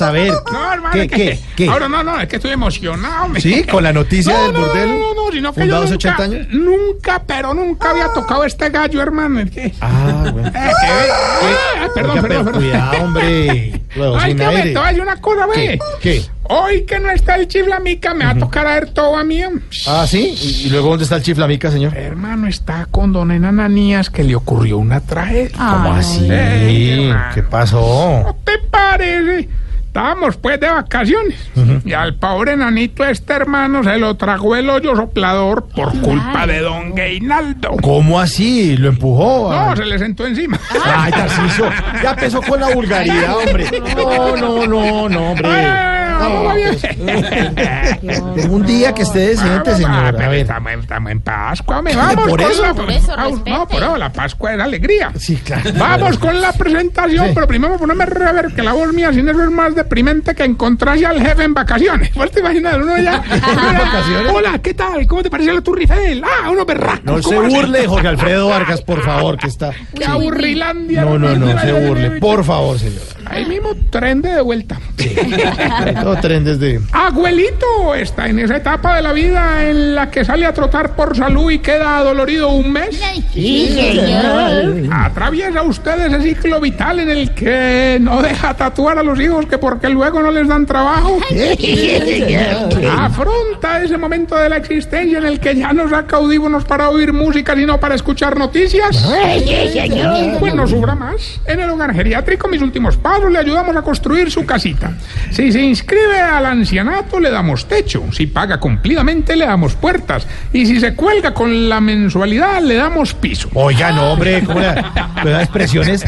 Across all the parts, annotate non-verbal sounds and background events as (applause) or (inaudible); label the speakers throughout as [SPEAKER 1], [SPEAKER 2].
[SPEAKER 1] Saber.
[SPEAKER 2] No, hermano,
[SPEAKER 1] ¿Qué,
[SPEAKER 2] es que-
[SPEAKER 1] qué, qué?
[SPEAKER 2] Ahora no, no, es que estoy emocionado. me-
[SPEAKER 1] ¿Sí? ¿Con la noticia
[SPEAKER 2] No,
[SPEAKER 1] del
[SPEAKER 2] no,
[SPEAKER 1] burdel?
[SPEAKER 2] No, no, no, sino que
[SPEAKER 1] ¿Fundado
[SPEAKER 2] yo
[SPEAKER 1] hace
[SPEAKER 2] nunca,
[SPEAKER 1] 80 años?
[SPEAKER 2] nunca, pero nunca había tocado este gallo, hermano. es que-
[SPEAKER 1] Ah, bueno.
[SPEAKER 2] Eh, que- eh, Perdón,
[SPEAKER 1] Oiga, pero
[SPEAKER 2] perdón, perdón.
[SPEAKER 1] Cuidado, hombre. Luego,
[SPEAKER 2] Ay,
[SPEAKER 1] sin
[SPEAKER 2] que me
[SPEAKER 1] aire.
[SPEAKER 2] hay una cosa,
[SPEAKER 1] ¿Qué?
[SPEAKER 2] ve.
[SPEAKER 1] ¿Qué?
[SPEAKER 2] Hoy que no está el chiflamica, me va a tocar a ver todo a mí.
[SPEAKER 1] Ah, ¿sí? ¿Y, y luego dónde está el chiflamica, señor?
[SPEAKER 2] Hermano, está con don Enananías que le ocurrió una tragedia.
[SPEAKER 1] ¿Cómo así?
[SPEAKER 2] Ey, hermano.
[SPEAKER 1] ¿Qué pasó?
[SPEAKER 2] ¿No te parece? Estábamos pues de vacaciones y al pobre nanito este hermano se lo tragó el hoyo soplador por culpa de don Gainaldo.
[SPEAKER 1] ¿Cómo Ah, así? ¿Lo empujó?
[SPEAKER 2] No,
[SPEAKER 1] a-
[SPEAKER 2] se le sentó encima.
[SPEAKER 1] Ay, Tarciso. Ya empezó con la vulgaridad, hombre. No, no, no, no, pues, hombre.
[SPEAKER 2] Ay, ay, ay, vamos bien.
[SPEAKER 1] Eh, Un día que esté decente,
[SPEAKER 2] Vamos, ah,
[SPEAKER 1] señor. A
[SPEAKER 2] pero
[SPEAKER 1] ver.
[SPEAKER 2] estamos, estamos en Pascua, me vamos
[SPEAKER 1] Por
[SPEAKER 2] con
[SPEAKER 1] eso,
[SPEAKER 2] la-
[SPEAKER 3] por eso,
[SPEAKER 2] Ah, No,
[SPEAKER 3] respete.
[SPEAKER 2] pero la Pascua es alegría.
[SPEAKER 1] Sí, claro.
[SPEAKER 2] Vamos con la presentación,
[SPEAKER 1] Sí.
[SPEAKER 2] pero primero poneme rever que la voz mía sin eso es más deprimente que encontrarse al jefe en vacaciones. ¿Vos te imaginas uno
[SPEAKER 1] (laughs)
[SPEAKER 2] ya?
[SPEAKER 1] vacaciones?
[SPEAKER 2] Hola, ¿qué tal? ¿Cómo te pareció la Tour Eiffel? Ah, uno berraco.
[SPEAKER 1] No se burle, Jorge Alfredo Vargas, por favor, que está.
[SPEAKER 2] ¡Qué aburrilandia!
[SPEAKER 1] No, no, no, se burle.
[SPEAKER 2] Por...
[SPEAKER 1] Por favor, señor.
[SPEAKER 2] Ahí mismo tren de vuelta.
[SPEAKER 1] Todo tren desde.
[SPEAKER 2] (laughs) Abuelito está en esa etapa de la vida en la que sale a trotar por salud y queda adolorido un mes. Atraviesa usted ese ciclo vital en el que no deja tatuar a los hijos que porque luego no les dan trabajo. Afronta ese momento de la existencia en el que ya no saca audífonos para oír música sino para escuchar noticias. Pues no sobra más. En el hogar geriátrico, mis últimos pasos, le ayudamos a construir su casita. Si se inscribe al ancianato, le damos techo. Si paga cumplidamente, le damos puertas. Y si se cuelga con la mensualidad, le damos piso.
[SPEAKER 1] Oiga, no, hombre, como la, le da expresiones,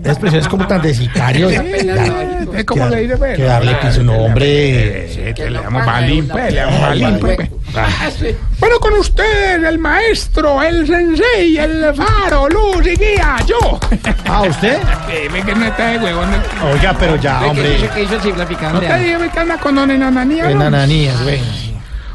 [SPEAKER 1] da expresiones como tan de sicario.
[SPEAKER 2] Es como le dice, pues?
[SPEAKER 1] Que
[SPEAKER 2] bueno,
[SPEAKER 1] darle
[SPEAKER 2] claro,
[SPEAKER 1] piso, no, hombre.
[SPEAKER 2] Sí, que le damos balín, pues, le damos balín, pues, pues. Bueno, con ustedes, el maestro, el sensei, el faro, luz y guía, yo. (laughs)
[SPEAKER 1] Ah, ¿usted?
[SPEAKER 2] Dime que no está de huevón. No
[SPEAKER 1] Oiga, pero
[SPEAKER 2] Pues
[SPEAKER 1] ya, hombre.
[SPEAKER 2] te digo que anda con don Enananía,
[SPEAKER 1] En
[SPEAKER 2] ¿no?
[SPEAKER 1] ananías, güey.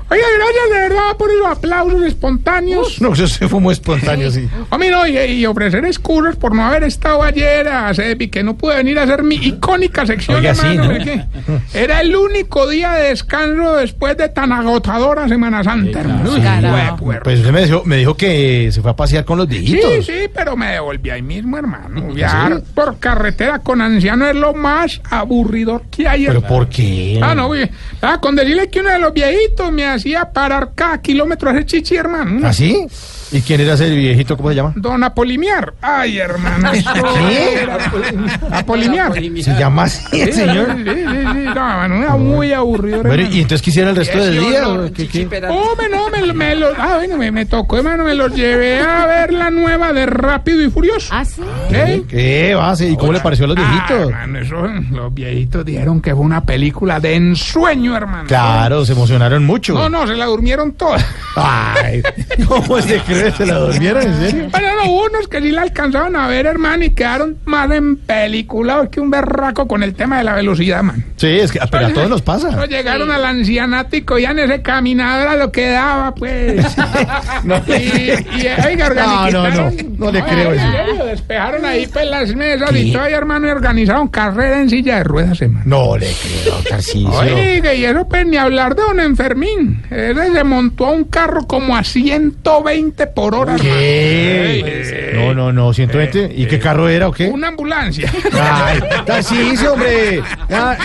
[SPEAKER 2] Oye, gracias de verdad por esos aplausos espontáneos.
[SPEAKER 1] No, yo se fue muy espontáneo, sí.
[SPEAKER 2] A mí no, y, y ofrecer excusas por no haber estado ayer a Sebi, que no pude venir a hacer mi icónica sección,
[SPEAKER 1] Oiga, sí,
[SPEAKER 2] hermano,
[SPEAKER 1] ¿no?
[SPEAKER 2] porque Era el único día de descanso después de tan agotadora Semana Santa, hermano. Uy, huepuer-
[SPEAKER 1] Pues usted me dijo, me dijo que se fue a pasear con los
[SPEAKER 2] Sí,
[SPEAKER 1] dillitos.
[SPEAKER 2] sí, pero me devolví ahí mismo,
[SPEAKER 1] ¿Ah,
[SPEAKER 2] hermano. Viajar por carretera con ancianos es lo más aburridor que hay.
[SPEAKER 1] ¿Pero
[SPEAKER 2] hermano.
[SPEAKER 1] por qué?
[SPEAKER 2] Ah, no, oye. Ah, con decirle que uno de los viejitos me hacía parar cada kilómetro a hacer chichi, hermano.
[SPEAKER 1] ¿Ah, sí? ¿Y quién era ese viejito? ¿Cómo se llama?
[SPEAKER 2] Don Apolimiar. Ay, hermano. eso era Apoli- Apolimiar.
[SPEAKER 1] Se llama así el señor.
[SPEAKER 2] Sí, sí, sí, No, hermano, era muy aburrido.
[SPEAKER 1] Bueno,
[SPEAKER 2] hermano.
[SPEAKER 1] y entonces quisiera el resto del día. ¿Qué- qué?
[SPEAKER 2] Hombre, no, me, me lo, ah, bueno, me, me tocó, hermano, me los llevé a ver la nueva de Rápido y Furioso.
[SPEAKER 4] Ah,
[SPEAKER 3] ¿Así?
[SPEAKER 2] ¿Qué?
[SPEAKER 1] ¿Qué va? Ah, sí? ¿Y cómo le pareció a los
[SPEAKER 2] ¿eh? Ah,
[SPEAKER 1] viejitos?
[SPEAKER 2] hermano, eso, los viejitos dijeron que fue una película de ensueño, hermano.
[SPEAKER 1] Claro, se emocionaron mucho.
[SPEAKER 2] No, no, se la durmieron todas.
[SPEAKER 1] Ay, ¿cómo se cree? ¿Se la durmieron? ¿En serio?
[SPEAKER 2] Bueno, no, hubo unos que sí la alcanzaron a ver, hermano, y quedaron más en película que un berraco con el tema de la velocidad, man.
[SPEAKER 1] Sí, es que, pero a todos nos
[SPEAKER 2] No
[SPEAKER 1] pasa.
[SPEAKER 2] llegaron al ancianato y cogían ese caminador a lo que daba, pues.
[SPEAKER 1] (laughs) No,
[SPEAKER 2] Y, y, oiga,
[SPEAKER 1] No, no, no,
[SPEAKER 2] organizaron.
[SPEAKER 1] no le creo
[SPEAKER 2] en
[SPEAKER 1] eso.
[SPEAKER 2] serio, despejaron ahí pues las mesas
[SPEAKER 1] ¿Qué?
[SPEAKER 2] y todo, y, hermano, y organizaron carrera en silla de ruedas, hermano.
[SPEAKER 1] No le creo, Tarcisio.
[SPEAKER 2] Oiga, y eso pues ni hablar de don Enfermín. Ese se montó a un carro como a 120 por hora,
[SPEAKER 1] ¿Qué? No, no, no, 120. ¿Y qué carro era o qué?
[SPEAKER 2] hermano. Eh, Una ambulancia. (laughs)
[SPEAKER 1] Ay, Tarcisio, hombre. Ah,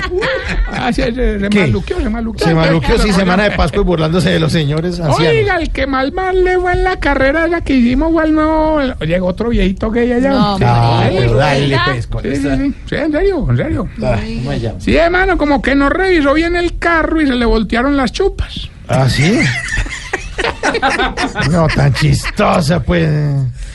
[SPEAKER 2] Ah, se, se, se
[SPEAKER 1] ¿Qué?
[SPEAKER 2] maluqueó, se maluqueó.
[SPEAKER 1] se maluqueó sí, semana de Pascua y burlándose de los señores ancianos.
[SPEAKER 2] Oiga, el que mal mal le fue en la carrera la que hicimos fue al nuevo. Llegó otro viejito que allá.
[SPEAKER 3] No,
[SPEAKER 2] Sí,
[SPEAKER 1] Ah,
[SPEAKER 2] sí,
[SPEAKER 1] pero
[SPEAKER 2] sí,
[SPEAKER 1] dale, pues, con
[SPEAKER 2] sí,
[SPEAKER 1] esa.
[SPEAKER 2] sí. Sí, en serio, en serio.
[SPEAKER 1] ¿Cómo se llama?
[SPEAKER 2] Sí, hermano, como que no revisó bien el carro y se le voltearon las chupas.
[SPEAKER 1] ¿Ah, (laughs) sí? No, tan chistosa, pues.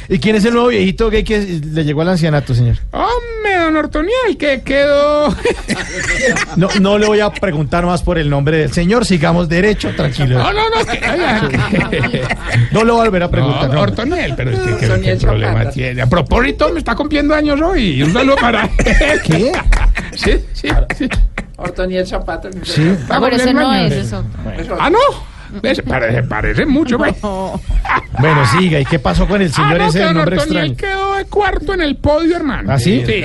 [SPEAKER 1] ¿Y quién es el nuevo viejito gay que le llegó al ancianato, señor?
[SPEAKER 2] Hombre, de don Ortoniel, que quedó... (laughs)
[SPEAKER 1] No, no le voy a preguntar más por el nombre del señor. Sigamos derecho, tranquilo.
[SPEAKER 2] No, no, no, que- (laughs) oiga, que-
[SPEAKER 1] No lo volverá a preguntar.
[SPEAKER 2] No,
[SPEAKER 1] no.
[SPEAKER 2] Ortonel, pero es que, ¿qué- qué problema tiene. A propósito, me está cumpliendo años hoy. Un saludo
[SPEAKER 4] (laughs)
[SPEAKER 2] para...
[SPEAKER 1] ¿Qué?
[SPEAKER 2] Sí, sí, sí.
[SPEAKER 3] Ortoniel Zapata.
[SPEAKER 1] Sí.
[SPEAKER 2] Está
[SPEAKER 4] Ah, Pero ese
[SPEAKER 2] cumpliendo
[SPEAKER 4] no
[SPEAKER 2] años.
[SPEAKER 4] es eso.
[SPEAKER 2] Ah, no. ¿Ves? Parece, parece mucho, pues. ¿ves?
[SPEAKER 1] Bueno, siga. ¿Y qué pasó con el
[SPEAKER 2] ah,
[SPEAKER 1] señor
[SPEAKER 2] no,
[SPEAKER 1] ese
[SPEAKER 2] que
[SPEAKER 1] del
[SPEAKER 2] don
[SPEAKER 1] nombre
[SPEAKER 2] Ortoniel
[SPEAKER 1] extraño?
[SPEAKER 2] quedó de cuarto en el podio, hermano.
[SPEAKER 1] ¿Ah, sí?
[SPEAKER 2] Sí.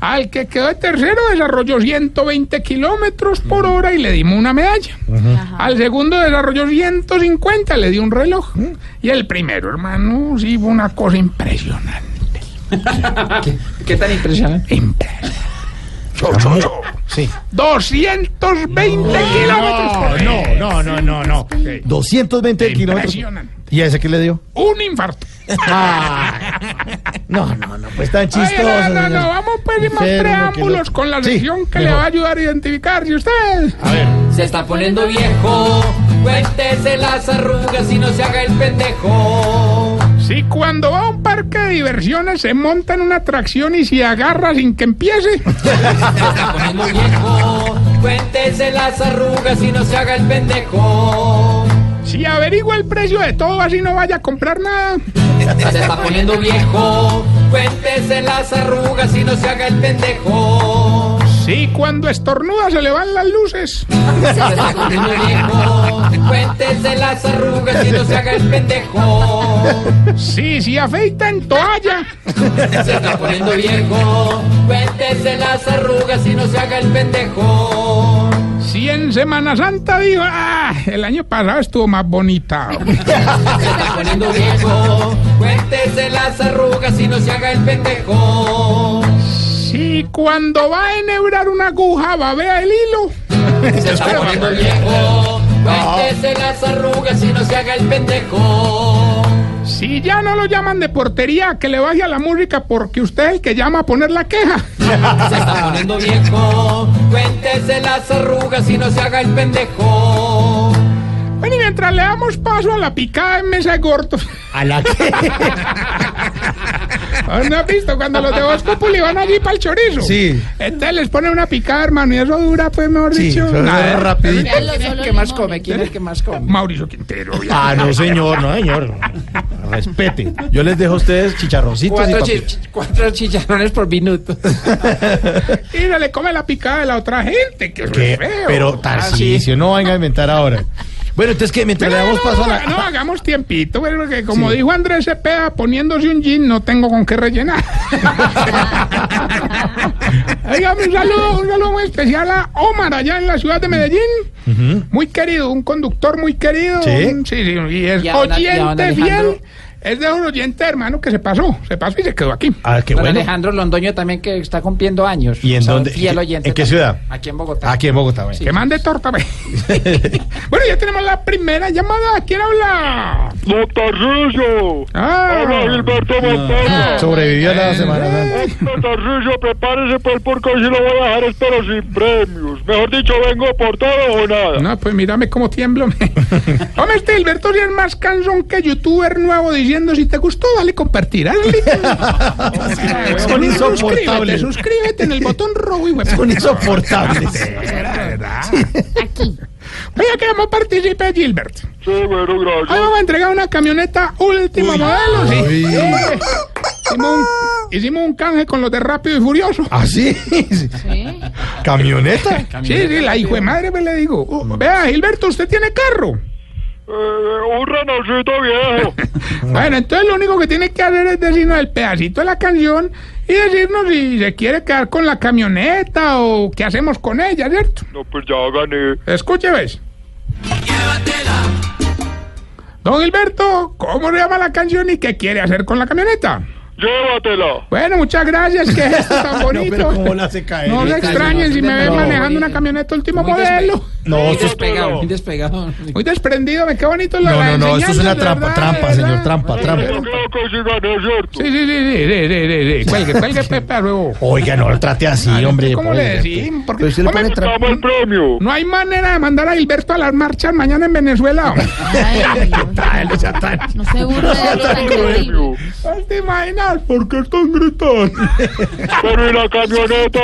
[SPEAKER 2] Al que quedó de tercero desarrolló 120 kilómetros por hora y le dimos una medalla. Al segundo desarrolló 150, le dio un reloj.
[SPEAKER 1] ¿Mm?
[SPEAKER 2] Y el primero, hermano, sí, fue una cosa impresionante.
[SPEAKER 3] ¿Qué tan impresionante?
[SPEAKER 2] Impresionante. Yo, yo, yo.
[SPEAKER 1] Sí.
[SPEAKER 2] 220 kilómetros por hora.
[SPEAKER 1] No, no, no, no, no. 220 kilómetros.
[SPEAKER 2] Impresionante.
[SPEAKER 1] ¿Y a ese qué le dio?
[SPEAKER 2] Un infarto.
[SPEAKER 1] No, no, no, pues tan
[SPEAKER 2] Oye,
[SPEAKER 1] chistoso.
[SPEAKER 2] Ah. no, no,
[SPEAKER 1] señor.
[SPEAKER 2] no, vamos pues sin más
[SPEAKER 1] Enfermo, que lo-
[SPEAKER 2] preámbulos con la
[SPEAKER 1] Sí,
[SPEAKER 2] lección que le
[SPEAKER 1] mejor.
[SPEAKER 2] va a ayudar a identificarse usted.
[SPEAKER 1] A ver.
[SPEAKER 3] Se está poniendo viejo. Cuéntese las arrugas y no se haga el pendejo.
[SPEAKER 2] Si cuando va a un parque de diversiones se monta en una atracción y se agarra sin
[SPEAKER 1] (laughs)
[SPEAKER 2] que empiece.
[SPEAKER 3] Se está poniendo viejo. Cuéntese las arrugas y no se haga el pendejo.
[SPEAKER 2] Si averigua el precio de todo así no vaya a comprar nada.
[SPEAKER 3] Se está poniendo viejo. Cuéntese las arrugas y no se haga el pendejo.
[SPEAKER 2] Si cuando estornuda se le van las luces.
[SPEAKER 3] Se está poniendo viejo. Cuéntese las arrugas y no se haga el pendejo.
[SPEAKER 2] Si se afeita en toalla.
[SPEAKER 3] Se está poniendo viejo, cuéntese las arrugas y no se haga el pendejo.
[SPEAKER 2] Si en Semana Santa dijo, ah, el año pasado estuvo más
[SPEAKER 1] (laughs)
[SPEAKER 2] bonita.
[SPEAKER 3] Se está poniendo viejo, cuéntese las arrugas y no se haga el pendejo.
[SPEAKER 2] Si cuando va a enhebrar una aguja babea el hilo.
[SPEAKER 3] Se está poniendo viejo, cuéntese las arrugas y no se haga el pendejo.
[SPEAKER 2] Si ya no lo llaman de portería, que le baje a la música porque usted es el que llama a poner la queja.
[SPEAKER 3] Se está poniendo viejo, cuéntese las arrugas y no se haga el pendejo.
[SPEAKER 2] Bueno, y mientras le damos paso a la picada en mesa de gordos. (laughs)
[SPEAKER 1] A la que.
[SPEAKER 2] Ah, ¿No has visto cuando los de Voz Populi van allí para el chorizo?
[SPEAKER 1] Sí.
[SPEAKER 2] Entonces les ponen una picada, hermano, y eso dura, pues, mejor
[SPEAKER 1] Sí,
[SPEAKER 2] dicho.
[SPEAKER 1] eso es
[SPEAKER 2] nada.
[SPEAKER 1] rapidito.
[SPEAKER 4] ¿Qué más come?
[SPEAKER 2] Mauricio Quintero, obviamente.
[SPEAKER 1] Ah, no, señor, no, señor. Respete. Yo les dejo a ustedes chicharroncitos y papitas.
[SPEAKER 3] cuatro chicharrones por minuto.
[SPEAKER 2] Y se le come la picada de la otra gente, que
[SPEAKER 1] (laughs)
[SPEAKER 2] eso
[SPEAKER 1] ¿Qué?
[SPEAKER 2] es feo. Ah,
[SPEAKER 1] Pero Tarcicio, no venga a inventar ahora. Bueno, entonces que mientras le
[SPEAKER 2] Pero
[SPEAKER 1] damos
[SPEAKER 2] no,
[SPEAKER 1] paso a la.
[SPEAKER 2] no, hagamos tiempito, bueno, porque como
[SPEAKER 1] Sí.
[SPEAKER 2] dijo Andrés Cepeda, poniéndose un jean no tengo con qué rellenar. (laughs) Oiga, un saludo, un saludo muy especial a Omar allá en la ciudad de Medellín. Muy querido, un conductor muy querido.
[SPEAKER 1] Sí.
[SPEAKER 2] un- sí, sí, y es
[SPEAKER 3] Y a don- y a don
[SPEAKER 2] oyente
[SPEAKER 3] Alejandro.
[SPEAKER 2] fiel. Es de un oyente hermano que se pasó, se pasó y se quedó aquí.
[SPEAKER 1] Ah, qué
[SPEAKER 3] Don
[SPEAKER 1] bueno.
[SPEAKER 3] Alejandro Londoño también que está cumpliendo años.
[SPEAKER 1] ¿Y en
[SPEAKER 3] O sea, un
[SPEAKER 1] dónde?
[SPEAKER 3] fiel
[SPEAKER 1] ¿En qué-
[SPEAKER 3] oyente
[SPEAKER 1] en qué
[SPEAKER 3] también.
[SPEAKER 1] ciudad?
[SPEAKER 3] Aquí en Bogotá.
[SPEAKER 1] Aquí en Ah, Bogotá, bueno.
[SPEAKER 2] Que mande torta, ve. bueno, ya tenemos la primera llamada. ¿Quién habla?
[SPEAKER 5] ¡No, Tarrillo!
[SPEAKER 2] Ah. Eh,
[SPEAKER 5] ¡Hola, Gilberto Montalvo!
[SPEAKER 1] (laughs) Sobrevivió a la semana. Santa.
[SPEAKER 5] No, Tarrillo, prepárese pues porque hoy sí lo voy a dejar espero sin premios. Mejor dicho, vengo por todo o nada.
[SPEAKER 2] No, pues mírame cómo
[SPEAKER 1] (laughs)
[SPEAKER 2] tiemblo. Hombre, este Gilberto sí es más cansón que youtuber nuevo diciendo si te gustó, dale compartir. Dale
[SPEAKER 1] (laughs)
[SPEAKER 2] like.
[SPEAKER 1] Son
[SPEAKER 2] Suscríbete,
[SPEAKER 1] insoportables.
[SPEAKER 2] suscríbete en el botón rojo y web.
[SPEAKER 1] Son insoportables.
[SPEAKER 4] (laughs)
[SPEAKER 2] Oiga, que no participe Gilbert.
[SPEAKER 5] Sí, bueno,
[SPEAKER 2] Hoy
[SPEAKER 5] gracias.
[SPEAKER 2] vamos a entregar una camioneta último modelo. sí.
[SPEAKER 1] Uy.
[SPEAKER 2] Sí. Hicimos, un, hicimos un canje con los de Rápido y Furioso.
[SPEAKER 1] ¿Así? ¿Ah, ¿Camioneta?
[SPEAKER 2] Sí, sí, la hijo de madre me le digo. "Oh, Vea, Gilberto, usted tiene carro.
[SPEAKER 5] Eh, un renocito viejo.
[SPEAKER 2] Bueno, entonces lo único que tiene que hacer es decirnos el pedacito de la canción y decirnos si se quiere quedar con la camioneta o qué hacemos con ella, ¿cierto?
[SPEAKER 5] No, pues ya gané.
[SPEAKER 2] Escuche, ¿ves? Don Gilberto, ¿cómo se llama la canción y qué quiere hacer con la camioneta?
[SPEAKER 5] Llévatela.
[SPEAKER 2] Bueno, muchas gracias, que es esto
[SPEAKER 1] (laughs)
[SPEAKER 2] tan
[SPEAKER 1] No,
[SPEAKER 2] bonito.
[SPEAKER 1] pero ¿cómo la hace caer?
[SPEAKER 2] No se extrañen si me ven
[SPEAKER 1] No.
[SPEAKER 2] manejando una camioneta último modelo.
[SPEAKER 1] No, esto es-
[SPEAKER 5] Despegado,
[SPEAKER 3] despegado.
[SPEAKER 2] Muy desprendido, me qué bonito lo
[SPEAKER 1] no,
[SPEAKER 2] la
[SPEAKER 1] no, no, esto es
[SPEAKER 2] enseñanza,
[SPEAKER 1] una
[SPEAKER 2] de
[SPEAKER 1] trampa,
[SPEAKER 2] verdad,
[SPEAKER 1] trampa,
[SPEAKER 2] de
[SPEAKER 1] señor,
[SPEAKER 2] verdad.
[SPEAKER 1] trampa,
[SPEAKER 5] Yo
[SPEAKER 1] trampa.
[SPEAKER 5] creo que sí gané, ¿cierto?
[SPEAKER 2] Sí, sí, sí, sí, sí, sí, sí, sí. Cuelgue,
[SPEAKER 1] (laughs)
[SPEAKER 2] cuelgue, Pepe, a luego.
[SPEAKER 1] Oiga, no lo trate así, hombre.
[SPEAKER 2] ¿Cómo
[SPEAKER 1] pobre
[SPEAKER 2] le
[SPEAKER 1] Gilberto.
[SPEAKER 2] decimos?
[SPEAKER 1] (laughs)
[SPEAKER 2] Porque-
[SPEAKER 1] Pero usted le
[SPEAKER 2] Hombre,
[SPEAKER 1] pone tra-
[SPEAKER 5] Dame el premio.
[SPEAKER 2] No hay manera de mandar a Gilberto a las marchas mañana en
[SPEAKER 1] (laughs)
[SPEAKER 2] Venezuela. hombre.
[SPEAKER 4] Ay, (laughs)
[SPEAKER 1] Tráelo, Satán.
[SPEAKER 4] no se burle de
[SPEAKER 5] Dame
[SPEAKER 4] algo
[SPEAKER 5] el
[SPEAKER 4] tan terrible.
[SPEAKER 5] premio.
[SPEAKER 2] ¿Te imaginas? hablar. ¿Por qué están gritando?
[SPEAKER 5] Pero y la camioneta.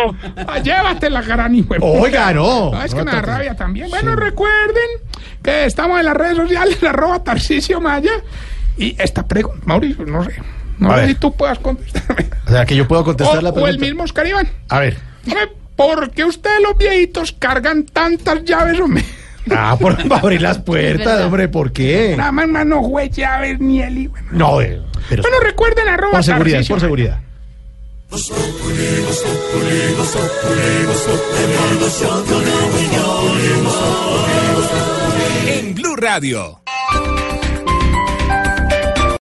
[SPEAKER 2] Ah, Llévatela, gran hijo de puta.
[SPEAKER 1] Oiga, no.
[SPEAKER 2] No, Ah, es que me da rabia también. Bueno, recuerden que estamos en las redes sociales, (laughs) arroba Tarcicio Maya. Y esta pregunta, Mauricio, no sé. No
[SPEAKER 1] A
[SPEAKER 2] sé
[SPEAKER 1] ver.
[SPEAKER 2] si tú puedas contestarme.
[SPEAKER 1] O sea, que yo puedo
[SPEAKER 2] O,
[SPEAKER 1] contestar la
[SPEAKER 2] o el
[SPEAKER 1] pregunta.
[SPEAKER 2] mismo Oscar Iván.
[SPEAKER 1] A ver.
[SPEAKER 2] Hombre, ¿Por qué ustedes los viejitos cargan tantas llaves, hombre? (laughs)
[SPEAKER 1] Ah, por (laughs) para abrir las puertas, hombre, ¿por qué?
[SPEAKER 2] Nada más, más no güey, llaves ni el hijo.
[SPEAKER 1] No, eh, pero
[SPEAKER 2] Bueno, recuerden, arroba
[SPEAKER 1] por seguridad,
[SPEAKER 2] Tarcisio
[SPEAKER 1] por seguridad.
[SPEAKER 4] En Blue Radio.